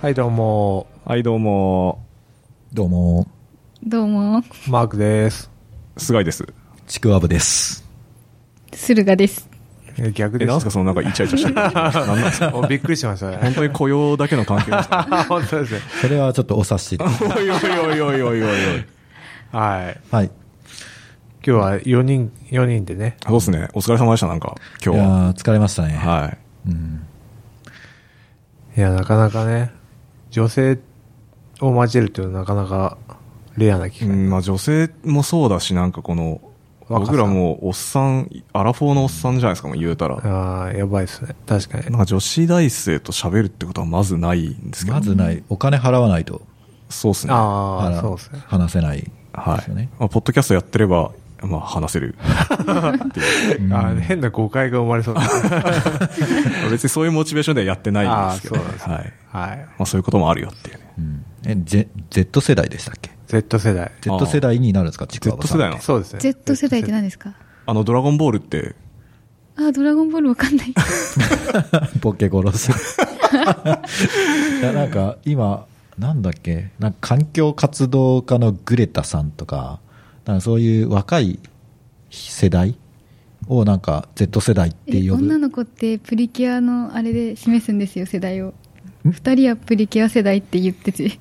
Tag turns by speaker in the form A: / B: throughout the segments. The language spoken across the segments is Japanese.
A: はい、どうも、
B: はい、どうも、
C: どうも、
D: どうも、
A: マークです。
B: 菅井です。
C: ちくわぶです。
D: 駿河です。
A: え逆
B: え、
A: です。
B: なんすかそのなんかイチャイチャ してる。なんなんすか
A: おびっくりしましたね。
B: 本当に雇用だけの関係ですか
A: 本当ですね。
C: それはちょっとお察し で。
B: おいおいおいおいおいおいおい。
A: はい。
C: は
A: 今
C: い。
A: 日は4人、四人でね。
B: そうですね。お疲れ様でした、なんか、
C: い
B: 今日
C: や
B: は。
C: ー疲れましたね。
B: はい。
C: うん。
A: いや、なかなかね、女性を交えるっていうのはなかなかレアな機
B: う
A: 会。
B: ん、まあ女性もそうだし、なんかこの、
A: 若さ
B: 僕らもうおっさん、アラフォーのおっさんじゃないですか、もう言うたら。な
A: ああ、やばいですね。確かに。
B: んか女子大生と喋るってことはまずないんですけど
C: ま。ずない、お金払わないと、
B: そうですね。は
A: あ
C: あ
A: あ、
C: ら
A: そうですね。
C: 話せないです
B: い。
C: よね。
B: まあ、ポッドキャストやってれば、まあ話 せる。
C: うん
A: あー変な誤解が生まれそうな。
B: 別にそういうモチベーションではやってないんですけど、ね。
A: あーそう
B: はい。
A: はい。
B: まあそういうこともあるよっていうね。
C: うんえ、Z、Z 世代でしたっけ
A: Z 世代。
B: あ
C: ?Z 世代になるんですか、ちくわ
B: Z
C: ぶさ
B: 世
C: ん。
B: 代なの
A: そうですね。
D: Z 世代って何ですか
B: あの、ドラゴンボールって、
D: あ、ドラゴンボールわ かんない。
C: ボケ殺す。いや、なんか、今、なんだっけ、なんか環境活動家のグレタさんとか、なんかそういう若い世代をなんか Z 世代って
D: え
C: 呼ぶ。
D: 女の子ってプリキュアのあれで示すんですよ、世代を。二人はプリキュア世代って言ってて。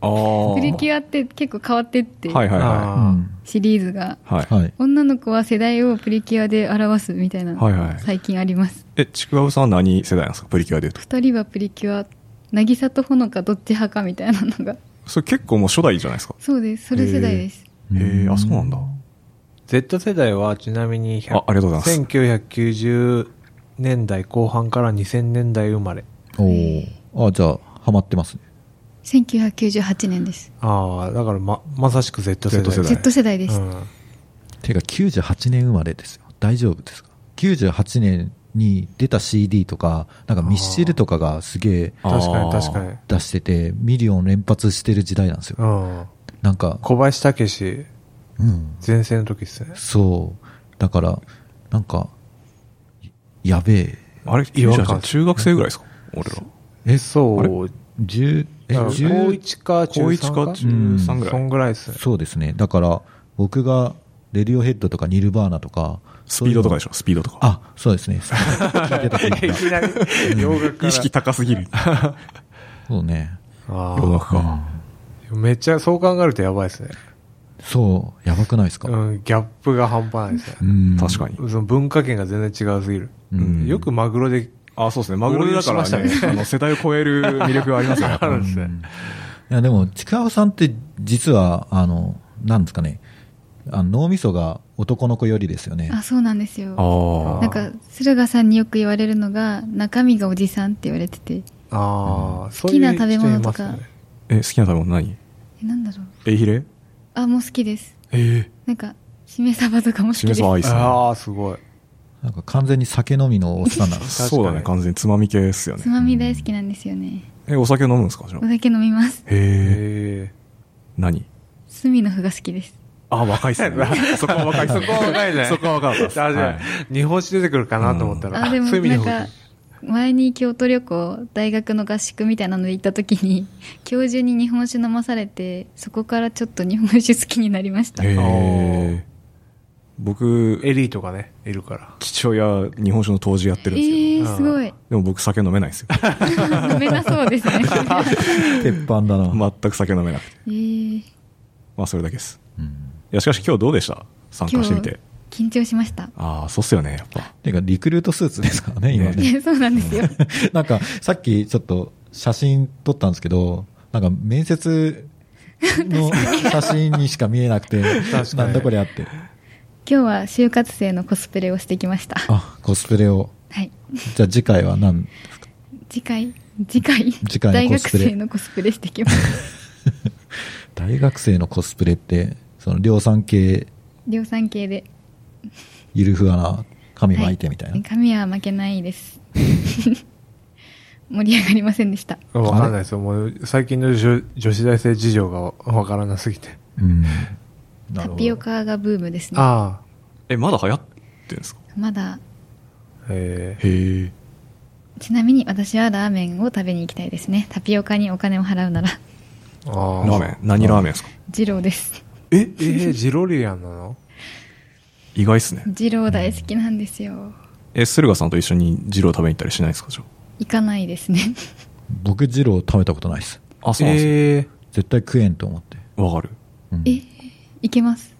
B: あ
D: プリキ
B: ュ
D: ュアって結構変わってって、
B: はいはい
A: あ
B: は
A: ー
C: うん
D: シリーズが。
B: い。はい。
C: はい。
D: 女の子は世代をプリキュアで表すみたいな、
B: はいはい
D: 最近あります。
B: え、ちくわぶさんは何世代なんですかプリキュアで言うと。
D: 二人はプリキュア、渚とほのかどっち派かみたいなのが。
B: それ結構もう初代じゃないですか。
D: そうです、それ世代です。
B: へえ、あ、そうなんだ。
A: Z 世代はちなみに100
B: あありがとうございま
A: 1990年代後半から2000年代生まれ
C: おお。あ、じゃあ、ハマってますね。
D: 1998年です。
A: ああだからままさしく Z 世代
B: Z 世代
D: Z 世代です。
A: うん
C: てか、98年生まれですよ。大丈夫ですか ?98 年に出た CD とか、なんかミッシェルとかがすげえ
B: あー
A: 確かに確かに、
C: 出してて、ミリオン連発してる時代なんですよ。
A: うん、
C: なんか、
A: 小林武史
C: うん。
A: 前世の時ですね
C: そう。だから、なんか、ややべえ。
B: あれ、
A: 違和感
B: 98中学生ぐらいですか俺ら。
C: え、
A: そう
C: 10、え、
A: だから高
C: 10、
A: 1か中
B: 高1
A: 3か
B: か中3ぐら
A: そ
B: い。
A: んぐらいですね
C: そうですね。だから、僕が、レディオヘッドとかニルバーナとか、
B: スピードとかで
C: しょ
B: しょスピードとか。
C: あ、そうですね。聞いてた聞い て
A: い
C: た
A: きなり洋楽から
B: 意識高すぎる。
C: そうね。
A: あ
B: 洋楽か。
A: ーめっちゃそう考えるとやばいですね、
C: そう、やばくないですか、
A: うん、ギャップが半端ないですね
C: うん
B: 確かに。
A: その文化圏が全然違うすぎる、
C: うん
A: よくマグロで
B: あ、そうですね。マグロだから
A: 合流しま
B: ね
A: し、た
B: あの、世代を超える魅力 がありますよね。
A: あるんですね、
C: いや、でも、ちくわさんって、実は、あの、なんですかね、あの脳みそが男の子よりですよね。
D: あ、そうなんですよ。
B: あ
A: ー
D: なんか、駿河さんによく言われるのが、中身がおじさんって言われてて、
A: ああ、そう
D: き
A: いう
D: な
A: 人
D: 食
A: い
D: べ物と
A: ま
D: か
A: すよね。
B: え、好きな食べ物何
D: え、なんだろう。
B: エイヒレ
D: あ、もう好きです。
B: え
D: なんか、しめ鯖とかも
B: え。
D: 好き
B: し
D: で
B: め
D: す。
B: 鯖アイスね。
A: ああ、すごい。
C: なんか完全に酒飲みのおっさんなんです。
B: そうだね。
A: 確か
B: 完全につまみ系ですよね
D: つ。まみ大好きなんですよね。
B: え、お酒飲むんですかじゃあ
D: お。酒飲みます。
B: へえ。
A: へ
B: 何
D: 隅の麩が好きです。
B: あ、若いっすね。 そこは若いっすね。
A: そこは若いね
B: そこは若かったっす
A: え。あ、じ
B: は
A: ゃ
B: い
A: あ日本酒出てくるかなと思ったら。
D: あ、でも
A: そういう意
D: な
A: 味
D: ん
A: で
D: か、前に京都旅行、大学の合宿みたいなので行った時に、教授に日本酒飲まされて、そこからちょっと日本酒好きになりました。
B: へ
A: おー
B: え。僕、
A: エリーとかね、いるから。
B: 父親、日本酒の当時やってるんですけど、
D: えー、すごい。
B: でも僕酒飲めないん ですよ。
D: 飲めなそうですね。
C: 鉄板だな。
B: 全く酒飲めなくて。
D: えー、
B: まあそれだけです。
C: うん
B: いや、しかし今日どうでした参
D: 今
B: 加し
D: 日
B: てみて。
D: 緊張しました。
B: ああ、そうっすよね、やっぱ。
C: てか、リクルートスーツですからね、今ね。
D: え そうなんですよ。
C: なんか、さっきちょっと写真撮ったんですけど、なんか面接の写真にしか見えなくて
A: 確か、に
C: なんだこれあって。
D: 今日は就活生のコスプレをしてきました。
C: あ、コスプレを。
D: はい。
C: じゃあ次回は何
D: 次回、次回、
C: 次回
D: 大
C: のコ
D: 学
C: スプレ
D: 生のコスプ レしてきました。
C: 大学生のコスプレって、その量産系、
D: 量産系で。
C: ゆるふわな髪巻いてみたいな。
D: は髪は負けないです。 盛り上がりませんでした。
A: わかんないですよ。もう、最近の女女子大生事情がわからなすぎて。
C: うん。な
D: タ
C: るほ
D: ピオ
C: ど。
D: カがブームですね。
A: ああ、
B: え、まだ流行ってんですか
D: まだ、
A: ええ。
B: へえ。
D: ちなみに私はラーメンを食べに行きたいですねタピオカにお金を払うなら
A: あ
B: ラ
A: ー
B: ーメン何ラーメンですか
D: 二郎です
B: え
A: えー、ジロリアンなの
B: 意外っすね。
D: 二郎大好きなんですよ
B: え、駿河さんと一緒に二郎食べに行ったりしないですかじゃ
D: 行かないですね
C: 僕二郎食べたことないです
B: あ。あ、そうなんですね。
A: え
C: 絶対食えんと思って、
B: わかる。
C: うん
D: え行けます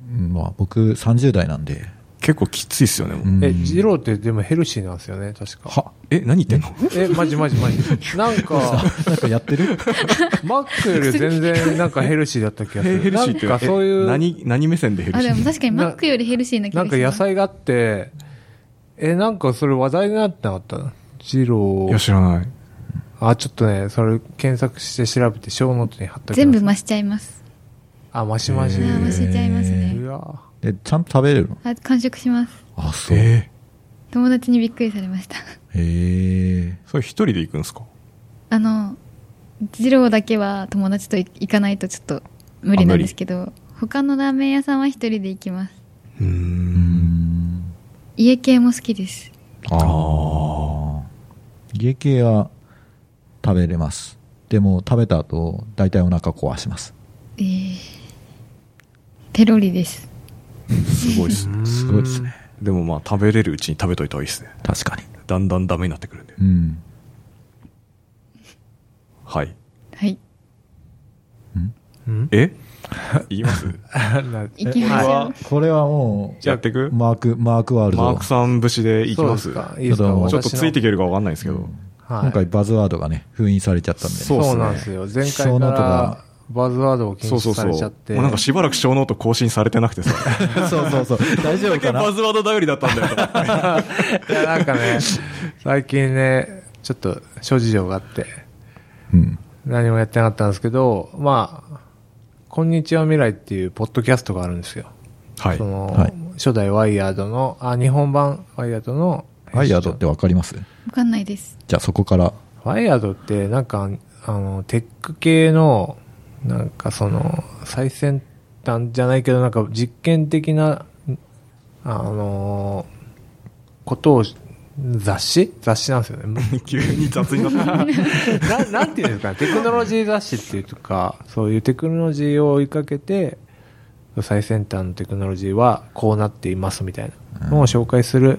C: うんまあ僕30代なんで、
B: 結構きついっすよね、もう
C: うん
A: ー、え、ジローってでもヘルシーなんですよね、確か。
C: は
B: え、何言ってんの
A: え、マジマジマジ。 なんか、
C: なんかやってる
A: マックより全然なんかヘルシーだった気がす
B: ヘ
A: る。
B: ヘルシーって
A: なんかそうい
B: え
A: う、
B: 何、何目線でヘル
D: あ
B: シ
D: でも
B: ー
D: 確かにマックよりヘルシーな気が
A: な
D: し
A: ん
D: ます
A: か野菜があって、え、なんかそれ話題になってなかったジロ
B: いや、
A: ー。
B: 知らない。
A: あ、ちょっとね、それ検索して調べて小ノートに貼っときます
D: 全部増しちゃいます
A: あ、マシマシ
D: あ。ー増しちゃいますね
A: うわ
C: えちゃんと食べれるの
D: あ完食します
C: あそうへ
B: え
D: 友達にびっくりされました
C: え
B: ーそれ一人で行くんですか
D: あの二郎だけは友達とい行かないとちょっと無理なんですけど他のラーメン屋さんは一人で行きます
B: う。
C: うんん
D: 家系も好きです
C: ああ家系は食べれますでも食べた後大体お腹壊します
D: えー、ペロリです
B: すごいっすね。
A: ー。
C: すごいで すね
B: でもまあ食べれるうちに食べといた方がいいですね。
C: 確かに
B: だんだんダメになってくるんで。
C: うん
B: はい。
D: はい
A: うん。
B: え言い ます
A: え
D: 行きましょう
C: これはも
B: やってく
C: うマークマークワールド
B: マークさん節で行きま
A: そ
B: す
A: うですかいいで
C: いですす
A: か
C: か
B: ちょっとついてい
A: き
B: けるか分かんないですけど、
C: 今回バズワードがね封印されちゃったんでね
A: そう
B: そうっすね
A: なんですよ。前
C: ショー
A: 回か
C: ノート
A: ら
C: が
A: バズワードを禁
B: そうそ
A: 止
B: うそ
A: さ
B: う
A: れちゃって。
B: もうなんかしばらく小ノート更新されてなくてさ
C: そうそう そう。大丈夫 か
B: バ
C: な
B: ズワード頼りだったんだよと思って
A: いや、なんかね、最近ね、ちょっと諸事情があって、
C: うん。
A: 何もやってなかったんですけど、まあ、こんにちは未来っていうポッドキャストがあるんですよ。
B: はい
A: その、
C: はい
A: 初代ワイヤードの、あ、日本版ワイヤードの、
C: ワイヤードってわかります
D: わかんないです
C: じゃあそこから。
A: ワイヤードってなんか、あの、テック系の、なんかその、最先端じゃないけど、なんか実験的な、あのことを、雑誌雑誌なんですよね。
B: 急に雑になった
A: ななんていうんですかね、テクノロジー雑誌っていうか、そういうテクノロジーを追いかけて、最先端のテクノロジーはこうなっていますみたいなのを紹介する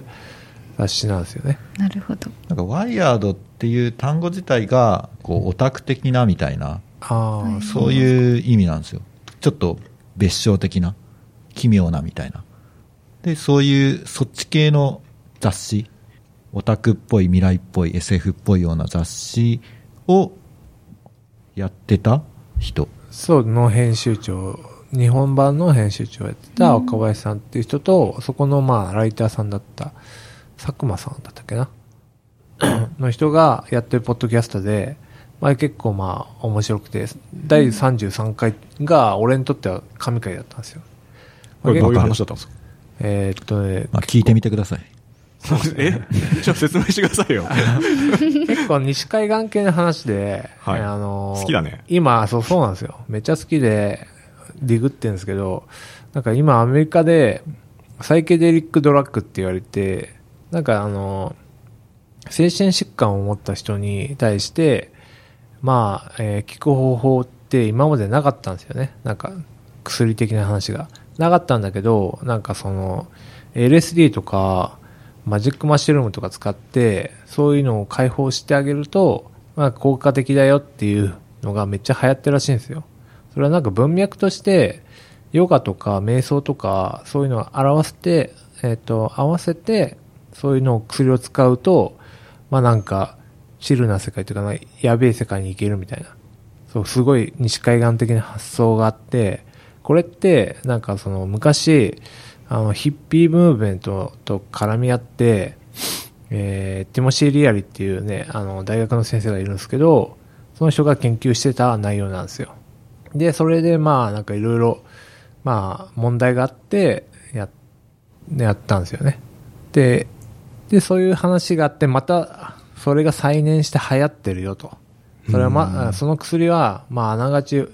A: 雑誌なんですよね。
D: なるほど
C: なんかワイヤードっていう単語自体が、こう、オタク的なみたいな、
A: ああ、
C: そういう意味なんですよ。ちょっと別称的な、奇妙なみたいな。で、そういう、そっち系の雑誌、オタクっぽい、未来っぽい、SF っぽいような雑誌をやってた人。
A: そうの編集長、日本版の編集長をやってた
D: うん
A: 岡林さんっていう人と、そこのまあライターさんだった、佐久間さんだったっけ なの人がやってるポッドキャストで、まあ結構まあ面白くて、第33回が俺にとっては神回だったんですよ。
B: これどういう
A: まあ
B: 話
A: 結構
B: だったんですか
A: えーっとね、
C: まあ、聞いてみてください。
B: え ちょっと説明してくださいよ
A: 結構西海岸系の話で、
B: はい
A: あのー
B: 好きだね
A: 今、そう、そうなんですよ。めっちゃ好きで、ディグってんですけど、なんか今アメリカで、サイケデリックドラッグって言われて、なんかあのー精神疾患を持った人に対して、まあ、えー聞く方法って今までなかったんですよね。なんか、薬的な話が。なかったんだけど、なんかその、LSD とか、マジックマッシュルームとか使って、そういうのを解放してあげると、まあ、効果的だよっていうのがめっちゃ流行ってるらしいんですよ。それはなんか文脈として、ヨガとか瞑想とか、そういうのを表して、えっ、と、合わせて、そういうのを薬を使うと、まあなんか、チルな世界というかな、やべえ世界に行けるみたいな。そう、すごい西海岸的な発想があって、これって、なんかその昔、あの、ヒッピームーブメントと絡み合って、えー、ティモシー・リアリっていうね、あの、大学の先生がいるんですけど、その人が研究してた内容なんですよ。で、それでまあ、なんかいろいろ、まあ、問題があって、やっねやったんですよね。で、で、そういう話があって、また、それが再燃して流行ってるよと。それはま、あその薬は、まあ、あながち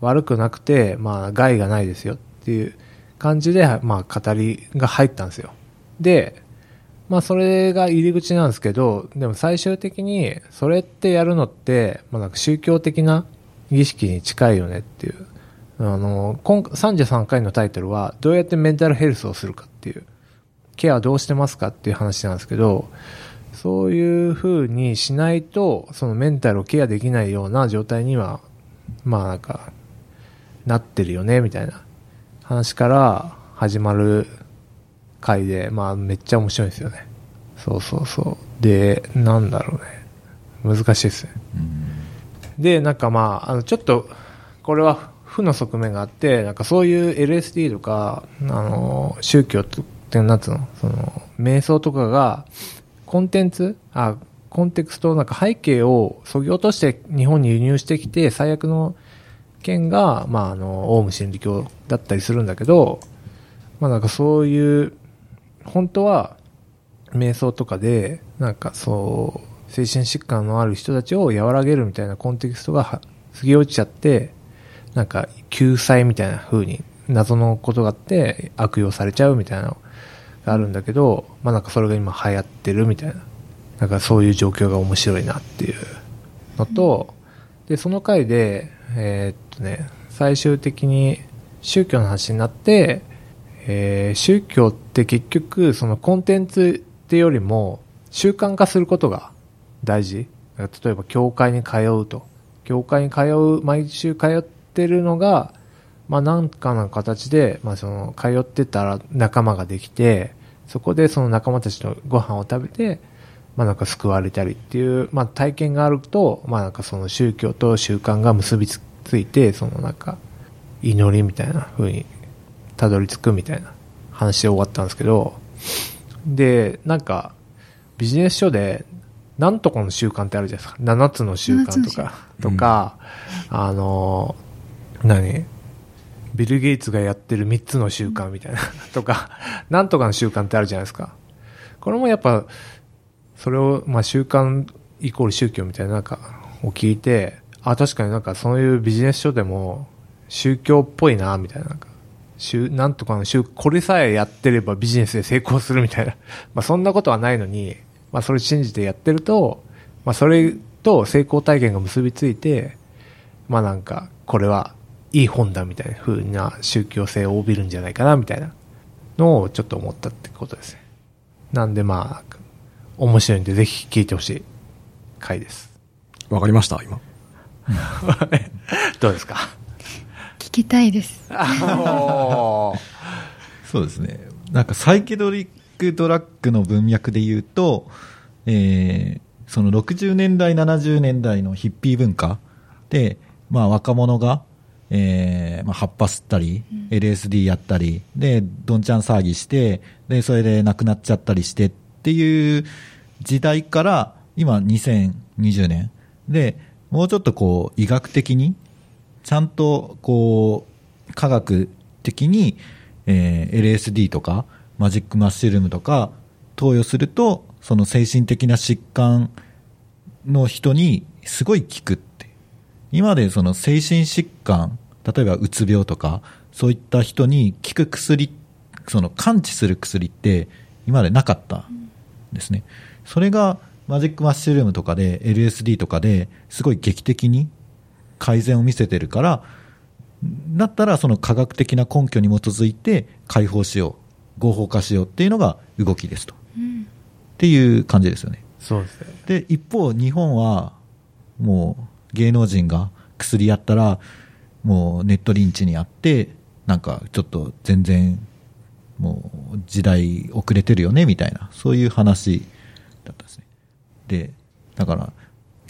A: 悪くなくて、まあ、害がないですよっていう感じで、まあ、語りが入ったんですよ。で、まあそれが入り口なんですけど、でも最終的にそれってやるのって、まあなんか宗教的な儀式に近いよねっていう。あの、今33回のタイトルは、どうやってメンタルヘルスをするかっていう、ケアどうしてますかっていう話なんですけど、そういう風にしないと、そのメンタルをケアできないような状態には、まあなんか、なってるよね、みたいな話から始まる回で、まあめっちゃ面白いんですよね。そうそうそう。で、なんだろうね。難しいですね。で、なんかまあ、あの、ちょっと、これは負の側面があって、なんかそういう LSD とか、あの、宗教とって、なんつうの、その、瞑想とかが、コンテンツあ、コンテクスト、なんか背景を削ぎ落として日本に輸入してきて、最悪の件が、まあ、あの、オウム真理教だったりするんだけど、まあなんかそういう、本当は、瞑想とかで、なんかそう、精神疾患のある人たちを和らげるみたいなコンテキストがは過ぎ落ちちゃって、なんか救済みたいな風に謎のことがあって悪用されちゃうみたいなのがあるんだけど、まあなんかそれが今流行ってるみたいな。なんかそういう状況が面白いなっていうのと、で、その回で、えーっとね、最終的に宗教の話になって、えー宗教って結局そのコンテンツってよりも習慣化することが大事例えば教会に通うと教会に通う毎週通ってるのがまあ何かの形で、まあ、その通ってたら仲間ができてそこでその仲間たちとご飯を食べてまあなんか救われたりっていう、まあ体験があると、まあなんかその宗教と習慣が結びつついて、そのなんか祈りみたいな風にたどり着くみたいな話で終わったんですけど、で、なんか、ビジネス書で、なんとかの習慣ってあるじゃないですか。7つの習慣とか、とか、あの、何ビル・ゲイツがやってる3つの習慣みたいな、とか、なんとかの習慣ってあるじゃないですか。これもやっぱ、それを、まあ、習慣イコール宗教みたいななんかを聞いて、あ、確かになんかそういうビジネス書でも宗教っぽいな、みたいな。なんか宗なんとかの宗、これさえやってればビジネスで成功するみたいな。 まあそんなことはないのに、まあそれ信じてやってると、まあそれと成功体験が結びついて、まあなんか、これはいい本だみたいな風な宗教性を帯びるんじゃないかなみたいなのをちょっと思ったってことですね。なんでまあ、面白いんでぜひ聞いてほしい回です。
B: わかりました、今。
A: どうですか
D: 聞きたいです
C: そうですね。なんかサイケドリックドラッグの文脈で言うと、えーその60年代、70年代のヒッピー文化で、まあ若者が、えーまあ葉っぱ吸ったり、LSD やったり、で、どんちゃん騒ぎして、で、それで亡くなっちゃったりしてっていう時代から、今2020年。で、もうちょっとこう医学的にちゃんとこう科学的に、えー LSD とかマジックマッシュルームとか投与するとその精神的な疾患の人にすごい効くって今までその精神疾患例えばうつ病とかそういった人に効く薬その感知する薬って今までなかったですね。それがマジックマッシュルームとかで LSD とかですごい劇的に改善を見せてるから、だったらその科学的な根拠に基づいて解放しよう、合法化しようっていうのが動きですと。
D: うん
C: っていう感じですよね。
A: そうですね。
C: で、一方日本はもう芸能人が薬やったらもうネットリンチにあって、なんかちょっと全然もう時代遅れてるよねみたいな、そういう話だったんですね。で、だから、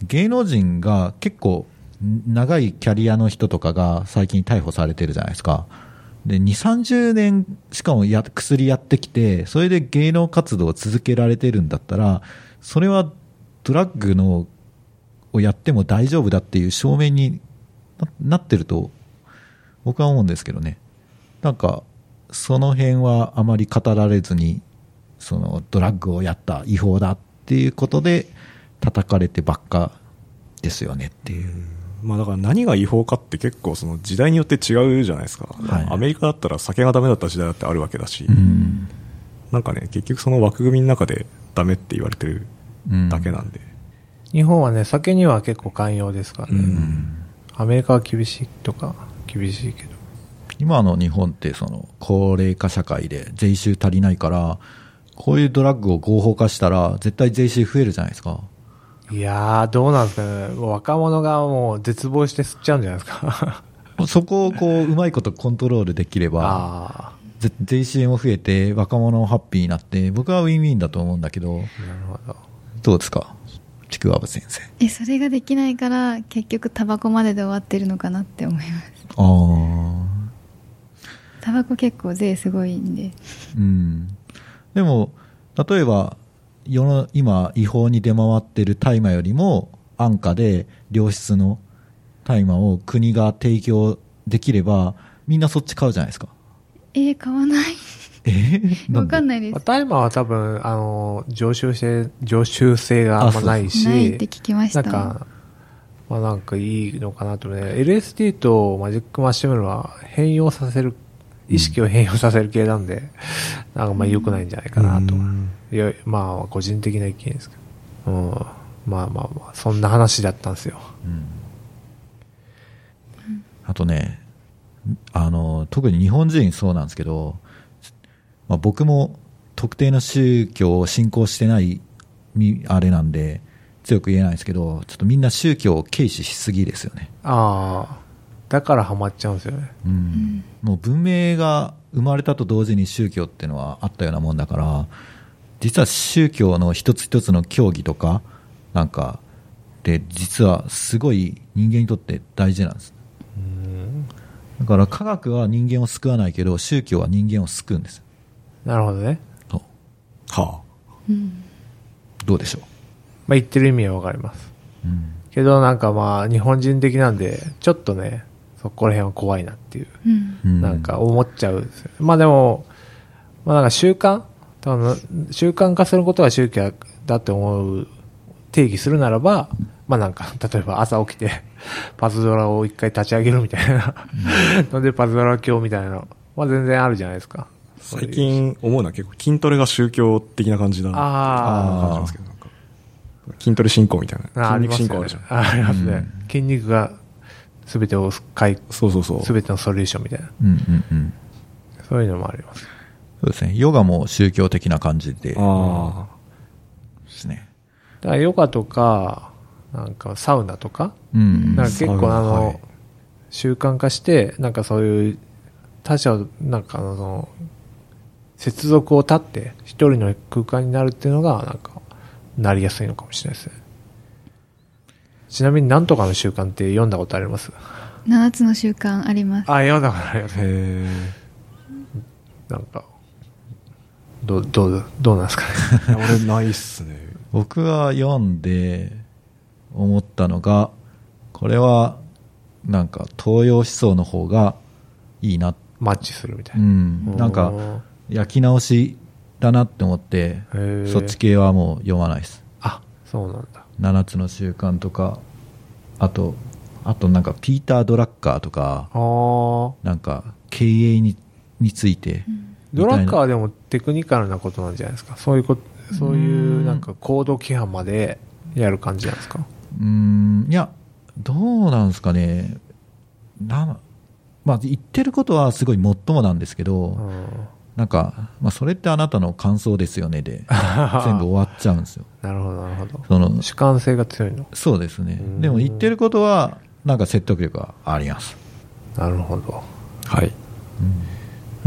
C: 芸能人が結構、ん長いキャリアの人とかが最近逮捕されてるじゃないですか。で、2、30年、しかもや、薬やってきて、それで芸能活動を続けられてるんだったら、それはドラッグの、をやっても大丈夫だっていう証明にななってると、僕は思うんですけどね。なんか、その辺はあまり語られずに、そのドラッグをやった、違法だっていうことで、叩かれてばっかですよねっていう。
B: まあだから何が違法かって結構その時代によって違うじゃないですか。
C: はい
B: アメリカだったら酒がダメだった時代だってあるわけだし、なんかね、結局その枠組みの中でダメって言われてる
C: うん
B: だけなんで。
A: 日本はね、酒には結構寛容ですからね。
C: うん
A: アメリカは厳しいとか、厳しいけど。
C: 今の日本ってその高齢化社会で税収足りないからこういうドラッグを合法化したら絶対税収増えるじゃないですか
A: いやー、どうなんですかね。若者がもう絶望して吸っちゃうんじゃないですか。
C: そこをこううまいことコントロールできれ
A: あ
C: ばぜ税収も増えて若者もハッピーになって僕はウィンウィンだと思うんだけど
A: ー、なるほど。
C: どうですかちくわぶ先生
D: えそれができないから結局タバコまでで終わってるのかなって思います
C: ああ
D: タバコ結構税すごいんで
C: うん、でも例えば世の今違法に出回ってる大麻よりも安価で良質の大麻を国が提供できればみんなそっち買うじゃないですか
D: えー買わない
C: え
D: わかん
C: ない
D: ないで
A: まあ
D: す
A: 大麻は多分、あの、常習性、常習性があんまないし、
D: ないって聞きまし
A: な
D: た
A: んか、まあなんかいいのかなと思うね。LSD とマジックマッシュメロは変容させる、意識を変容させる系なんで、なんかまあ良くないんじゃないかなと。いや、まあ個人的な意見ですけど。うん。まあまあまあ、そんな話だったんですよ。
C: あとねあの特に日本人そうなんですけど、まあ、僕も特定の宗教を信仰してないみあれなんで強く言えないですけどちょっとみんな宗教を軽視しすぎですよね
A: ああ、だからハマっちゃうんですよね。
C: うんもう文明が生まれたと同時に宗教っていうのはあったようなもんだから実は宗教の一つ一つの教義とかなんかで実はすごい人間にとって大事なんです
A: うん。
C: だから科学は人間を救わないけど宗教は人間を救うんです
A: なるほどね。
C: そう
B: は
D: うん
C: どうでしょ
A: まあ言ってる意味はわかります。
C: う、うん
A: けどなんかまあ日本人的なんで、ちょっとね、そこら辺は怖いなっていう。
D: うん
C: う
A: なんか思っちゃうんですよまあでも、まあなんか習慣多分習慣化することが宗教だって思う、定義するならば、まあなんか、 例えば朝起きて、 パズドラを一回立ち上げるみたい な、のでパズドラ教みたいなの、まあ全然あるじゃないですか。そういう
B: 最近思うのは結構筋トレが宗教的な感じだな
A: あ
C: ー
B: 感じますけど、なんか筋トレ信仰みたい
A: ああ
B: な。筋
A: り
B: 肉
A: ます
B: 信仰
A: ね
B: あるじゃん。。
A: あありますね。
C: う
A: 筋肉が全てを解、
B: そうそうそう。
A: 全てのソリューションみたいな。
C: うんうんうん
A: そういうのもあります。
C: そうですねヨガも宗教的な感じでで
B: ああ。
C: すね
A: だからヨガとか、なんかサウナとか、
C: うん
A: なんか結
B: サウ
A: 構
B: ナ
A: あの、
B: はい
A: 習慣化して、なんかそういう、他者を、なんかあの、その接続を立って、一人の空間になるっていうのが、なんか、なりやすいのかもしれないですね。ちなみに、なんとかの習慣って読んだことあります
D: 7つの習慣あります
A: あ、読んだことあります。
B: へ
A: なんか、どう、どう、どうなんですかね。
B: え。いや俺ないっすね。
C: 僕は読んで思ったのがこれはなんか東洋思想の方がいいな、
A: マッチするみた
C: う
A: いな。
C: ん、なん
A: おー
C: か、焼き直しだなって思って
A: へー
C: そっち系はもう読まないです
A: あ、そうなんだ。
C: 7つの習慣とかあとあとなんかピーター・ドラッカーとか
A: あー。
C: なんか経営にについて
A: ドラッカ
C: ー
A: ーでもテクニカルなことなんじゃないですかそういうこと、そういうなんか行動規範までやる感じなんですか
C: うーんいやどうなんですかねなまあ言ってることはすごいもっともなんですけど、
A: うん。
C: なんか、まあ、それってあなたの感想ですよねで、 全部終わっちゃうんですよ。
A: なるほど、なるほど。
C: その、
A: 主観性が強いの。
C: そうですね
A: うん。
C: でも言ってることは、なんか説得力はあります。
A: なるほど。こ
B: はい。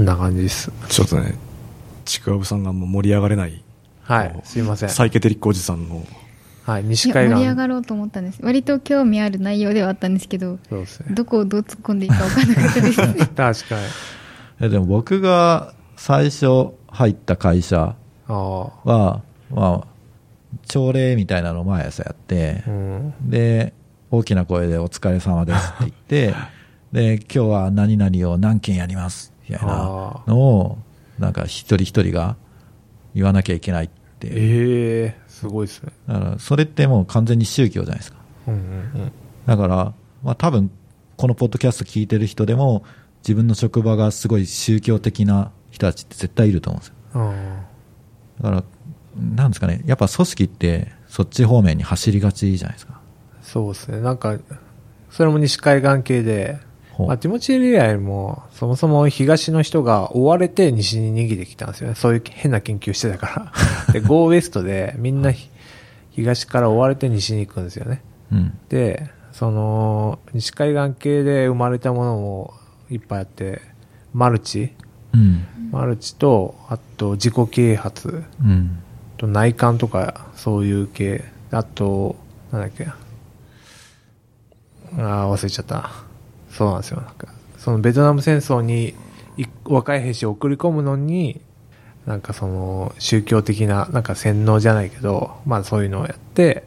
A: んな感じです。
B: ちょっとね、ちくわぶさんがもう盛り上がれない。
A: はい、すいません。
B: サイケデリックおじさんの。
A: はい、
D: い
A: 西
D: や
A: 海
D: 盛り
A: 岸
D: 上。がろうと思ったんです割と興味ある内容ではあったんですけど
A: そうですね。
D: どこをどう突っ込んでいいか分からなかった ですね
A: 確かに。
C: えでも僕が最初入った会社
A: あ
C: は、まあ、朝礼みたいなのを毎朝やって
A: あ。う、ん。
C: で、大きな声でお疲れ様ですって 言って、で、今日は何々を何件やります、みたいなのを、なんか一人一人が言わなきゃいけないっていう。
A: ええすごいですね。
C: だからそれってもう完全に宗教じゃないですか
A: うんうん
C: だから、まあ、多分このポッドキャスト聞いてる人でも自分の職場がすごい宗教的な人たちって絶対いると思うんですよ
A: うん。あ
C: だから、なんですかね、やっぱ組織ってそっち方面に走りがちじゃないですか。
A: そうですね。なんか、それも西海岸系で、
C: ほう
A: まあ、ティモチー・リアイも、そもそも東の人が追われて西に逃げてきたんですよね。そういう変な研究してた から。で、ゴーウェストで、みんなひ東から追われて西に行くんですよね。
C: うん。
A: で、その、西海岸系で生まれたものもいっぱいあって、マルチ、
C: うん。
A: マルチと、あと自己啓発、
C: うん。
A: あと内観とか、そういう系。あと、なんだっけ。ああ、忘れちゃった。そうなんですよ。なんか、そのベトナム戦争にい若い兵士を送り込むのに、なんかその宗教的な、なんか洗脳じゃないけど、まあそういうのをやって、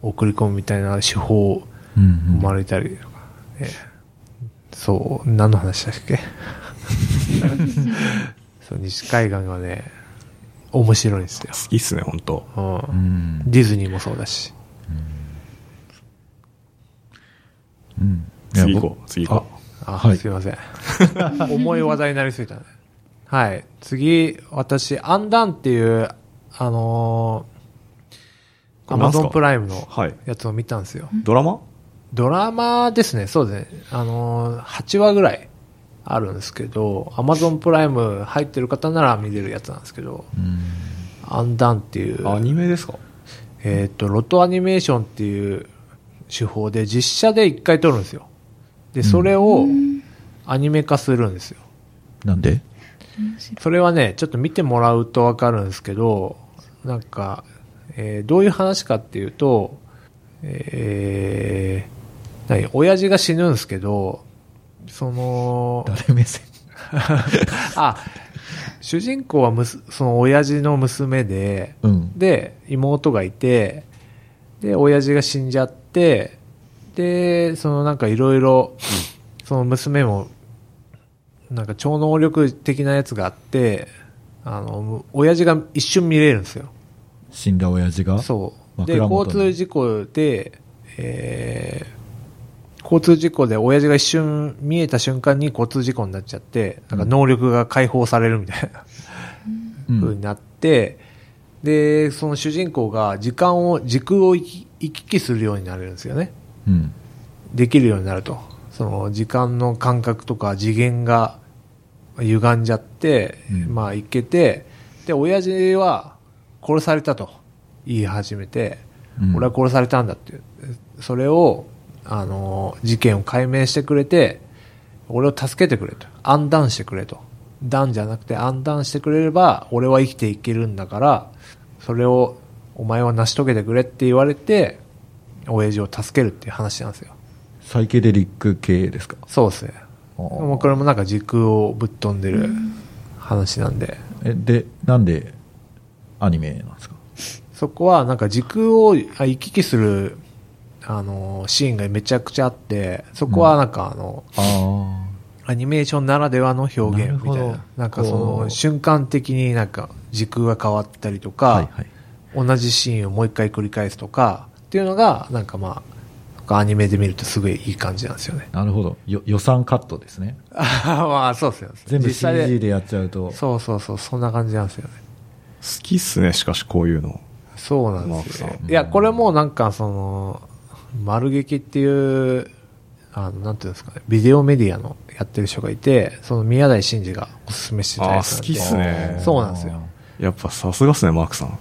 A: 送り込むみたいな手法を
C: うん。
A: 生まれたりとか、ねそう、何の話だっけ そう、西海岸がね、面白いんですよ。
B: 好きっすね、本当
A: うん
C: うん。
A: ディズニーもそうだし。
C: うん。いや
B: 次行こう、次行こ
A: あ、
C: はい
A: すいません。 重い話題になりすぎたね。はい。次、私、アンダンっていう、あのー、
B: こ
A: ア
B: れな
A: マ
B: んすか
A: ゾンプライムの
B: う。はい。
A: やつを見たんですよ。
B: ドラマ
A: ドラマですね、そうですね。あのー、8話ぐらいあるんですけど、アマゾンプライム入ってる方なら見れるやつなんですけど、
C: う。うん。
A: アンダンっていう。
B: アニメですか
A: えっ、と、ロトアニメーションっていう手法で実写で一回撮るんですよ。で、それをアニメ化するんですよ。
C: なんで
A: それはね、ちょっと見てもらうとわかるんですけど、なんか、えーどういう話かっていうと、えー、何親父が死ぬんですけど、その、
C: 誰目線
A: あ、主人公はむす、その親父の娘で、
C: うん。
A: で、妹がいて、で、親父が死んじゃって、で、そのなんかいろいろ、その娘も、なんか超能力的なやつがあって、あの、親父が一瞬見れるんですよ。
C: 死んだ親父が。
A: そう。で、
C: 枕元
A: 交
C: に
A: 通事故で、えー交通事故で親父が一瞬見えた瞬間に交通事故になっちゃって、なんか能力が解放されるみたいな。
C: う
A: 風に
C: ん。
A: なって、で、その主人公が時間を、時空を行き行き来するようになれるんですよね。
C: うん。
A: できるようになると。その時間の感覚とか次元が歪んじゃって、
C: うん
A: まあ行けて、で、親父は殺されたと言い始めて、
C: うん
A: 俺は殺されたんだっていう。それを、あの、事件を解明してくれて、俺を助けてくれと。暗断してくれと。断じゃなくて暗断してくれれば、俺は生きていけるんだから、それを、お前は成し遂げてくれって言われて、親父を助けるっていう話なんですよ。
C: サイケデリック系ですか
A: そうですね。
C: あー
A: もうこれもなんか時空をぶっ飛んでる話なんで、
C: え、で、なんでアニメなんですか
A: そこはなんか時空をあ行き来する、あの、シーンがめちゃくちゃあって、そこはなんかあの、
C: ああ。
A: アニメーションならではの表
C: な
A: 現
C: る
A: みた
C: ほ
A: い
C: ど
A: な。なんかそ
C: こ
A: の
C: う
A: 瞬間的になんか時空が変わったりとか、
C: はいはい。
A: 同じシーンをもう一回繰り返すとか、っていうのがなんかまあ、なんかアニメで見るとすごいいい感じなんですよね。
C: なるほど。よ予算カットですね。
A: あはは まあそうですよ。
C: 全部
A: 実際
C: CG でやっちゃうと。
A: そうそうそう、そんな感じなんですよね。
B: 好きっすね、しかしこういうの。
A: そうなんですよ
B: マーク。
C: さん
A: いや、これもなんかその、丸劇っていう、あの、なんていうんですかね、ビデオメディアのやってる人がいて、その宮台真司がおすすめしてたやつなんで
B: あー好きっすね
A: そうなんですよ。
B: やっぱさすがっすね、マークさん。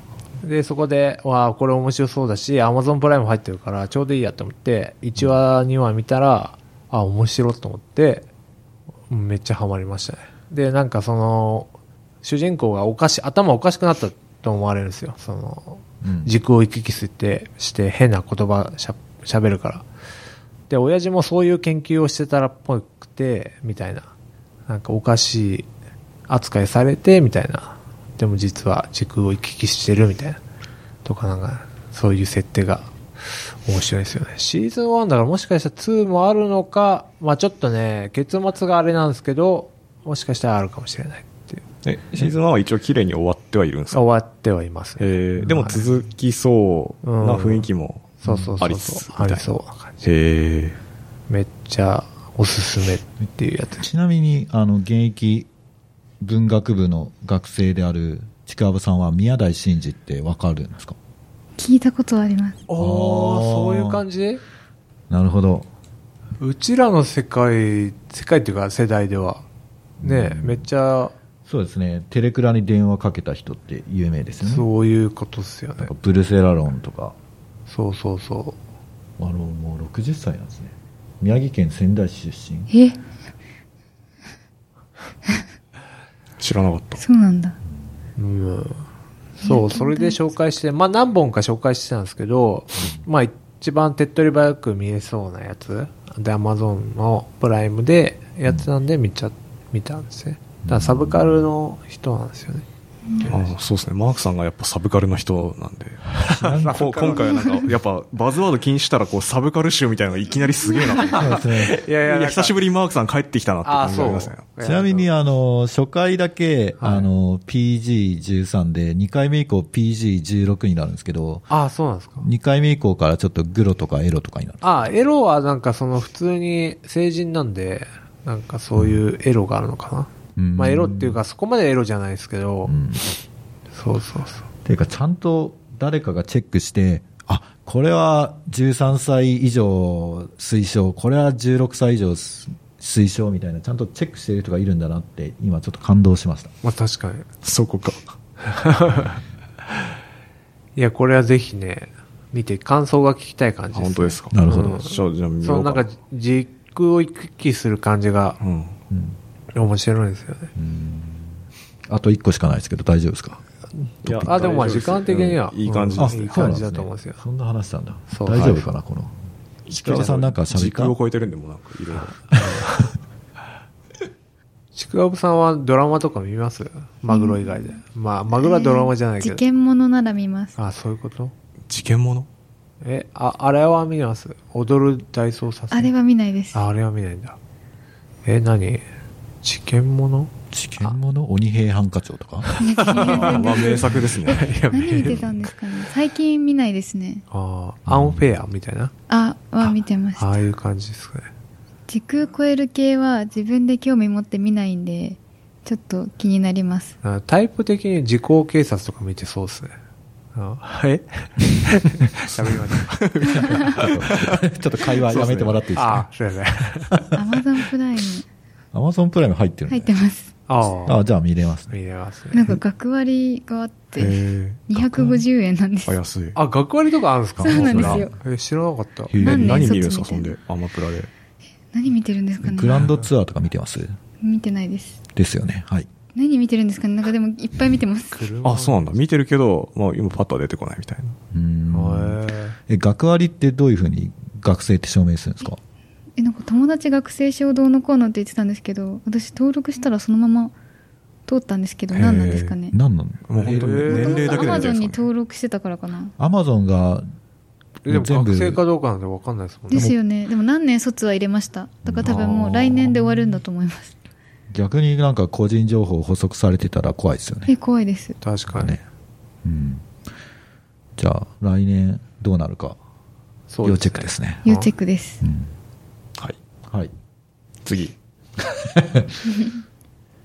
A: で、そこで、わあこれ面白そうだし、Amazon プライム入ってるから、ちょうどいいやと思って、1話、2話見たら、あ、面白いと思って、うんめっちゃハマりましたね。で、なんかその、主人公がおかし、頭おかしくなったと思われるんですよ。その、
C: うん
A: 軸を行き来して、して変な言葉しゃ喋るから。で、親父もそういう研究をしてたらっぽくて、みたいな。なんかおかしい扱いされて、みたいな。でも実は時空を行き来してるみたいな。とかなんか、そういう設定が面白いですよね。シーズン1だからもしかしたら2もあるのか、まあちょっとね、結末があれなんですけど、もしかしたらあるかもしれないっていう。
B: え、シーズン1は一応綺麗に終わってはいるんですか
A: 終わってはいますね。
B: えーでも続きそうな雰囲気も。
A: そうそうそ
B: あ
A: う
B: り
A: そ
B: そう
A: う。ありそうな感じ。
B: へえ。
A: めっちゃおすすめっていうやつ。
C: ちなみに、あの、現役文学部の学生であるちくわぶさんは宮台真司ってわかるんですか
D: 聞いたことはあります
A: お
C: あー
A: おそういう感じ
C: なるほど。
A: うちらの世界世界っていうか世代ではね、
C: うん
A: めっちゃ
C: そうですね。テレクラに電話かけた人って有名ですよね。
A: そういうことっすよ
C: な
A: ね
C: んかブルセラロンとか。
A: そうそうそ
C: あの、もう60歳なんですね。宮城県仙台市出身。
D: え
B: 知らなかった。
D: そうなんだ
A: ううんそうそれで紹介してまあ何本か紹介してたんですけどまあ一番手っ取り早く見えそうなやつで Amazon のプライムでやってたんで見ちゃ見たんですねだからサブカルの人なんですよね
B: あそうですね。マークさんがやっぱサブカルの人なんで。こう今回はなんか、やっぱバズワード禁止したらこうサブカル集みたいなのがいきなりすげえなと思って。
C: そうです
A: い
C: ね。
A: や
B: いや久しぶ
A: り
B: りにマークさん帰ってきたなって
A: ああ
B: 感じ
A: そ
B: があ
A: う
B: りますね。
C: ちなみに、あの、初回だけ、
A: はい
C: あの、PG13 で、2回目以降 PG16 になるんですけど、
A: ああそうなんですか
C: 2回目以降からちょっとグロとかエロとかになる。
A: ああ、エロはなんかその普通に成人なんで、なんかそういうエロがあるのかな。
C: うん
A: まあエロっていうかそこまでエロじゃないですけど、
C: うん
A: そうそうそう。
C: ていうか、ちゃんと誰かがチェックして、あ、これは13歳以上推奨、これは16歳以上す推奨みたいな、ちゃんとチェックしてる人がいるんだなって、今ちょっと感動しました。
A: まあ確かに。
B: そこか。
A: いや、これはぜひね、見て感想が聞きたい感じです、
B: 本当ですか。
C: なるほ
A: ど
B: じゃあ、じゃあ見
A: そ
B: よ
A: の
B: う
A: なんか実句を行き来する感じが
B: うん。
C: うん
A: 面白いですよね。
C: あと1個しかないですけど、大丈夫ですか
B: いや
A: あ、でもまあ
B: 大丈夫
A: 時
B: すよ
A: 間的には。
B: うんいい感じです
A: うんいい
B: ね。
A: 感じだと思うんですよ。
C: そんな話なんだ。
A: そう
C: 大丈夫かな、この。
B: 時
C: 北川さんなんか喋
B: 時
C: った
B: 空を超えてるんで、もうなんかいろいろ。
A: ちくわぶさんはドラマとか見ますマグロ以外で。まあ、マグロはドラマじゃないけど。
D: 事件ものなら見ます
A: あ、そういうこと
B: 事件もの
A: え、あ、あれは見ます踊る大捜査線
D: あれは見ないです
A: あ、あれは見ないんだ。え、何事件もの
C: 事件もの鬼平犯科長とか
B: まあ名作です ね。
A: いや、
D: 何見
A: 見
D: てたんですかね最近見ないですね
A: あーアンフェアみたいな。
D: あは見てまし
A: あ
D: た
A: あいう感じですかね。
D: 時空超える系は自分で興味持って見ないんでちょっと気にな ります
A: あタイプ的に時効警察とか見てそうですね。あ え喋りまし
C: ちょっと会話やめてもらっていいです
A: た。あ
C: か、
A: すいません。
D: アマゾンプライム
C: アマゾンプライム入ってるん
D: 入
C: で
D: ってます
A: ああ
C: あ、じゃあ見れますね。
A: 見れますね
D: なん。か学割があって
B: え
D: 250円なんです
B: あ、安い。
A: あ、学割とかあるんですか
D: そうなんですよ
A: え、知らなかった。
C: へえ
D: なんで
B: 何見るんですか、
D: そ
B: そ
D: っち
B: ん
D: みたい
B: で。アマプラで。
D: 何見てるんですか
C: グラ
D: ね
C: ンドツアーとか見てます
D: 見てないです
C: ですよね。はい。
D: 何見てるんですかねなんかでもいっぱい見てます
B: あ、そう
A: う。
B: なんだ。見てるけど、まあ今パッとは出てこないみたいな。
C: うーん
A: へえ
C: え、学割ってどういうふうに学生って証明するんですか
D: えなんか友達学生証どうのこうのって言ってたんですけど私登録したらそのまま通ったんですけど
B: へー
D: 何なんですかね
C: 何なの
B: もう本当に
A: えー
B: 年齢だけで見て
D: ア
B: る
D: マ
B: んじ
D: ゾ
B: ゃ
D: ン
B: な
D: に
B: いですかね。
D: 登録してたからかな
C: アマゾンが、
A: えでも
C: 全部
A: 学生かどうかなんて分かんないですもんね。
D: ですよねでも何年卒は入れましただから多分もう来年で終わるんだと思います
C: 逆になんか個人情報補足されてたら怖いですよね。
D: え怖いです
A: 確かに。
C: ねうん。じゃあ、来年どうなるか、
A: そう
C: 要
A: です
C: チ
A: ね
C: ェックですね。
D: 要チェックです
C: うん
B: はい。
C: はい。
B: 次。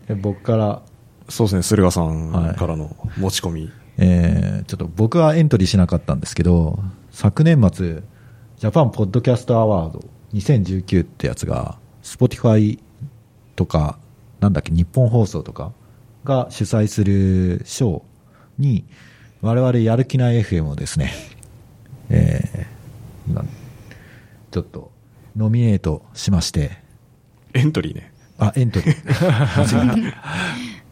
C: え僕から、
B: そうですね、駿河さ
C: は
B: ん
C: い
B: からの持ち込み。
C: えーちょっと僕はエントリーしなかったんですけど、昨年末、ジャパンポッドキャストアワード2019ってやつが、Spotify とか、なんだっけ、日本放送とかが主催するショーに、我々やる気ない FM をですね、 えー今ちょっと、ノミネートしまして、
B: エントリーね。
C: あ、エントリー。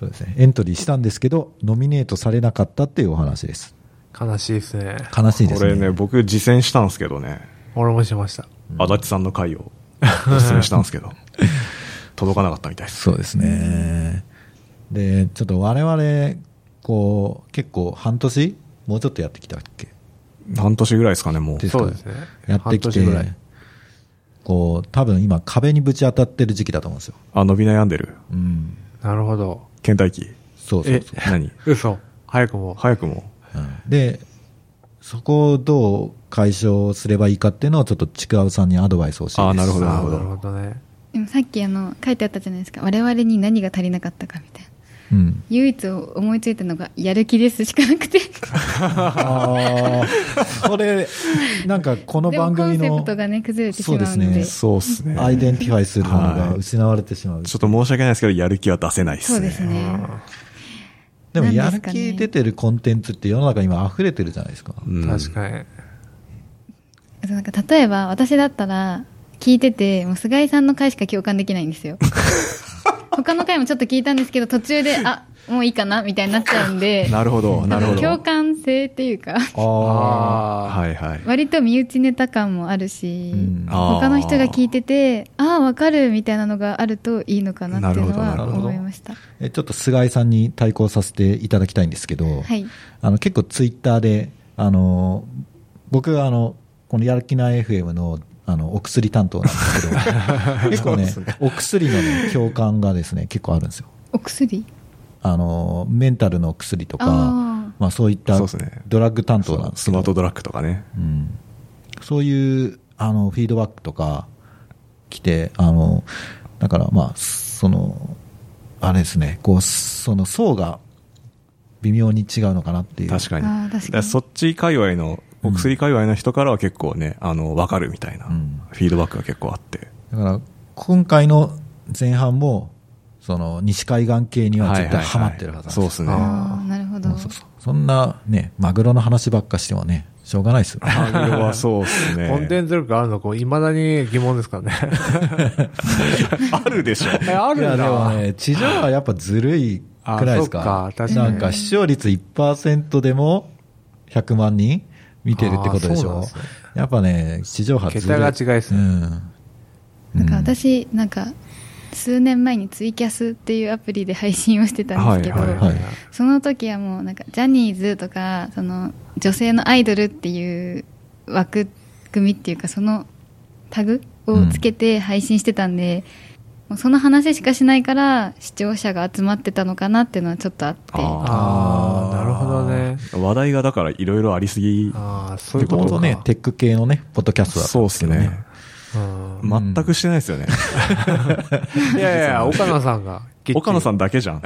C: そうですね。エントリーしたんですけど、ノミネートされなかったっていうお話です。
A: 悲しいですね。
C: 悲しいで
B: こ
C: すね。
B: れね、僕実践したんですけどね。
A: 俺もしました。
B: 足立さんの回をおすすめしたんですけ ど。届かなかったみたいです。
C: そうですね。で、ちょっと我々、こう、結構半年もうちょっとやってきたっけ
B: 半年ぐらいですかね、もう。
C: ですか
A: そうですね。
C: やってき
A: 半
C: て
A: 年ぐらい。、
C: こう、多分今壁にぶち当たってる時期だと思うんですよ。
B: あ、伸び悩んでる。
C: うん。
A: なるほど。
B: 倦怠期。
C: そうそうそう。
B: 何
A: 嘘。早くも。
B: 早くも。
C: うんで、そこをどう解消すればいいかっていうのをちょっとちくわぶさんにアドバイスをして
B: あーなるほど
A: あ
B: な
A: あ
B: るほ
A: な
B: ど
A: るほどね。
D: でもさっきあの書いてあったじゃないですか我々に何が足りなかったかみたいな
C: うん。
D: 唯一思いついたのが「やる気です」しかなくて
C: ああ、それ、なんかこの
D: でも
C: 番
D: コン
C: 組
D: セ
C: の
D: プ、トがね崩れてし
C: そう
D: まう
C: で
D: の
C: す
D: で
C: ね。
B: そうですね。
C: アイデンティファイするものが
B: はい
C: 失われてしまう。
B: ちょっと申し訳ないですけど、やる気は出せないです
D: そう
B: ね。
D: ですね
C: でも、
D: な
C: や
D: ん
C: る
D: ですかね
C: 気出てるコンテンツって世の中今溢れてるじゃないですか。
B: うん
A: 確かに。
D: そうなんか例えば私だったら聞いててもう菅井さんの回しか共感できないんですよ他の回もちょっと聞いたんですけど途中であもういいかなみたいになっちゃうんで
B: なるほど、なるほど。
D: 共感性っていうか
C: あ
A: あ
B: はいはい。
D: 割と身内ネタ感もあるし、
C: うん
B: あー
D: 他の人が聞いててああわかるみたいなのがあるといいのかなっていうの
B: なるほ
C: どな
D: は
C: るほど
D: 思いました
C: あ。ちょっと菅井さんに対抗させていただきたいんですけど、
D: はい
C: あの結構ツイッターで、あの僕はあのこのやる気ない FM のあのお薬担当なん ですけど、結構ね、お薬の、ね、共感がですね、結構あるんですよ。
D: お薬
C: あのメンタルの薬とか、
D: あ
C: まあ、そういった
B: そうですね
C: ドラッグ担当なんで
B: ス
C: すけど
B: マートドラッグとかね。
C: うん、そういうあのフィードバックとか来てあのだからまあそのあれですねこうその層が微妙に違うのかなっていう
B: 確かに。
D: あー確かに
B: だらそっち界隈の、お薬界隈の人からは結構ね、あの、わかるみたいな、
C: うん
B: フィードバックが結構あって。
C: だから今回の前半もその西海岸系には絶対ハマってるはずなん
B: そう
C: で
B: ですす
C: よ
B: ね。
D: あーなるほど
C: うんそうそうそんなねマグロの話ばっかしてもねしょうがないですよね
B: マグロはそうです
A: あ。
B: ね。
A: コンテンツ力あるのか、いまだに疑問ですからね。
B: あるでしょ。
A: えある
C: いや
A: ん
C: でも
A: だ。
C: ね、地上波やっぱずるいくないですか。
A: あそっか確かに
C: なんか視聴率1%でも100万人見てるってことでし
A: あそうなん
C: ょ
A: ですね。
C: やっぱね、地上波ずるい。
A: 桁が違いですね
C: うん。
D: なんか私なんか数年前にツイキャスっていうアプリで配信をしてたんですけど、
B: はいはい
C: はい
D: その時はもうなんかジャニーズとかその女性のアイドルっていう枠組みっていうかそのタグをつけて配信してたんで、もうその話しかしないから視聴者が集まってたのかなっていうのはちょっとあって
B: あ
A: ああ、なるほどね。
B: 話題がだからいろいろありすぎ。
A: ああ、そうい
C: も
A: うことと
C: も
A: か
C: とね、テック系のね、ポッドキャストだったん
B: そう
C: で
B: ですす
C: けどね。
B: ね。
A: うん
B: 全くしてないですよね。
A: いやいや、岡野さんが。
B: 岡野さ
A: ん。
B: んだけじゃ ん。
A: い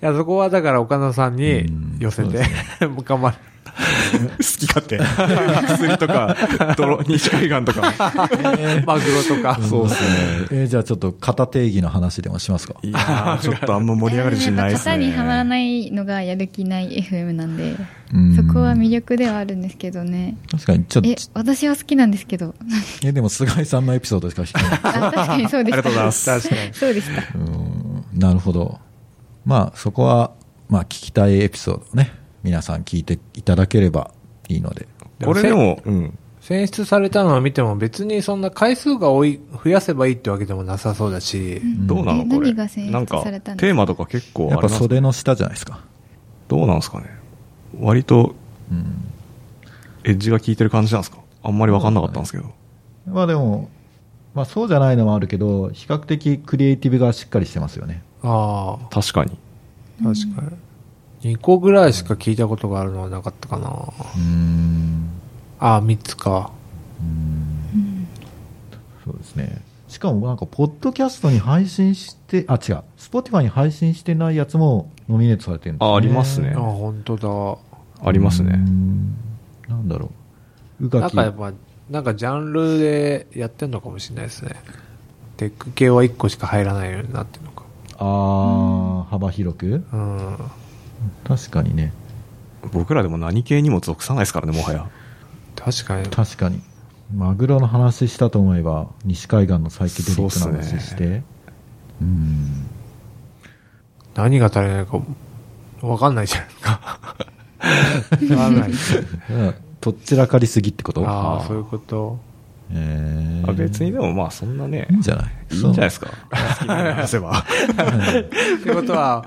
A: や、そこはだから岡野さんに寄せて、 もう頑張る。
B: 好き勝手。薬とか、泥、 西海岸とか。
A: マグロとか。
B: そうですね。
C: えーじゃあちょっと型定義の話でもしますか。
B: いやーちょっとあんま盛り上がる自信ないですね。
D: 型にはまらないのがやる気ない FM なんで
C: うん
D: そこは魅力ではあるんですけどね
C: 確かに、ちょっ
D: え
C: と、
D: 私は好きなんですけど
C: え、でも菅井さんのエピソードしか聞かない。
D: あ確かにそうでした
B: ありがとうございます
A: 確かに。
D: そうでした
C: うんなるほど。まあ、そこは、まあ、聞きたいエピソードをね、皆さん聞いていただければいいので。
B: これでも、うん。
A: 選出されたのを見ても別にそんな回数が多い、増やせばいいってわけでもなさそうだし、
B: どうなの
D: え
B: これ。
D: 何が選出
B: なんか、
D: されたんですか
B: テーマとか結構あれ
C: やっ
B: な
C: ぱ
B: んですか
C: 袖の下じゃないですか。
B: どうなんですかね。割と、
C: うん。
B: エッジが効いてる感じなんですかあんまりわかんなかったんですけど。
C: まあでも、まあそうじゃないのもあるけど、比較的クリエイティブがしっかりしてますよね。
A: ああ、
B: 確かに。
A: 確かに。2個ぐらいしか聞いたことがあるのはなかったかな。
C: うん。
A: ああ、3つか。
C: そうですね。しかもなんか、ポッドキャストに配信して、あ、違う。スポティファイに配信してないやつもノミネートされてるんですよね
B: あ、ありますね
A: ああ、。本当だ。
B: あります
C: う
B: ね。
C: んなんだろう。う
A: な
C: が
A: ん
C: き。
A: かやっぱ、なんかジャンルでやってんのかもしれないですね。テック系は1個しか入らないようになってるのか。
C: ああ、幅広く
A: うん。
C: 確かにね。
B: 僕らでも何系にも属さないですからね、もはや。
A: 確かに。
C: 確かに。マグロの話したと思えば、西海岸のサイケデリック
B: そう
C: の
B: っすね
C: 話して。うん。
A: 何が足りないか、わかんないじゃないです か。わかんない。
C: うんとっちらかりすぎってこと
A: ああ、そういうこと。
C: えー
B: あ別にでもまあそんなね
C: いい、んじゃない
B: いいんじゃないで
C: そ
B: すか。好きなように話せば。
A: ってことは、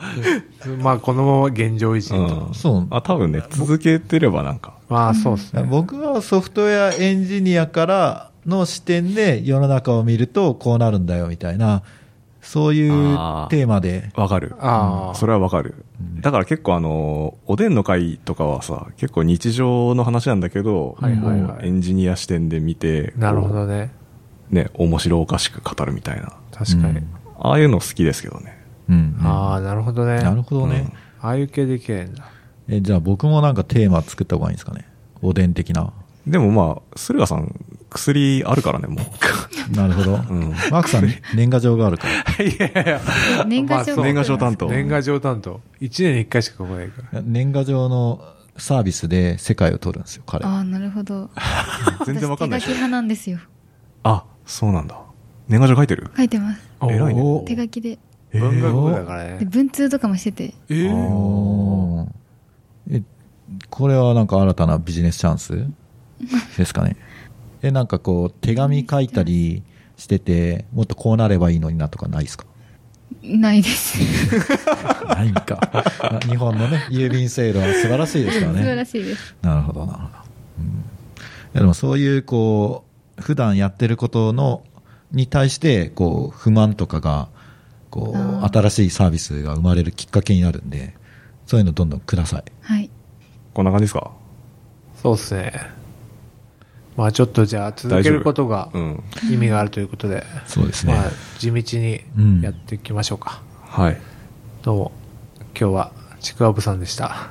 A: まあ、このまま現状維持
B: う
A: と。
B: ん。
C: そう
B: あ、多分ね、続けてればなんか。
A: まあ、そうです
C: う
A: ね。
C: 僕はソフトウェアエンジニアからの視点で世の中を見るとこうなるんだよみたいな、そういう
B: あー
C: テーマで。
B: わかる。
A: ああ、
B: それはわかる。だから結構あの、おでんの会とかはさ、結構日常の話なんだけど、
A: はいはいはい
B: こうエンジニア視点で見て、
A: なるほ
B: こ
A: どね。
B: うね、面白おかしく語るみたいな。
A: 確かに。
C: うん
B: ああいうの好きですけどね。
C: うん、
A: ああ、なるほどね。
C: なるほどね、
A: ああいう系でいけないんだ。
C: えじゃあ僕もなんかテーマ作った方がいいんですかねおでん的な
B: でもまあ、駿河さん、薬あるか らね、も う。
C: なるほど、
B: ん
C: マークさん年賀状があるから
A: いやいや
D: 年賀状
B: 年賀状担当。
A: 年賀状担当。1年に1回しか来ないから。
C: 年賀状のサービスで世界を取るんですよ、彼
D: あ。あなるほど
B: 全然わかんない
D: 私
B: し
D: 手書き。派なんですよ
B: あ、そうなんだ。年賀状書いてる
D: 書いてます
B: 偉いね
C: おー
D: 手書きで
B: えー
A: 文学部だから
D: で
A: ね。
D: 文通とかもしてて
B: えー
C: おーえこれはなんか新たなビジネスチャンスですか ね。え、なんかこう、手紙書いたりしてて、もっとこうなればいいのになとかないですか
D: ないです
C: ないんか。あ 日本のね、郵便制度は素晴らしいですから
D: 素
C: ね。
D: 晴らしいです
C: なるほど、なるほど。うんいや、でもそういう、こう、普段やってることの、に対して、こう、不満とかが、こう、
D: あー
C: 新しいサービスが生まれるきっかけになるんで、そういうのどんどんください。
D: はい
B: こんな感じですか
A: そうっすね。まあちょっとじゃあ続けることが
B: うん。
A: 意味があるということで、
C: そうですね。
A: まあ地道にやっていきましょうか。
B: はい。
A: どうも、今日はちくわぶさんでした。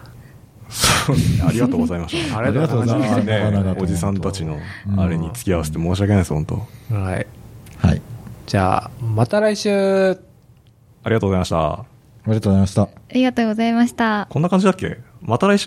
B: そう ありがとうございま した。
A: ありがとうございます
B: ありがとうございま
C: なかなか
B: す
C: と
B: ねおじさんたちのあれに付き合わせて申し訳ないです、本当。
A: はい。
C: はい。
A: じゃあ、また来週
B: ありがとうございました。
C: ありがとうございました。
D: ありがとうございました
B: こんな感じだっけまた来週。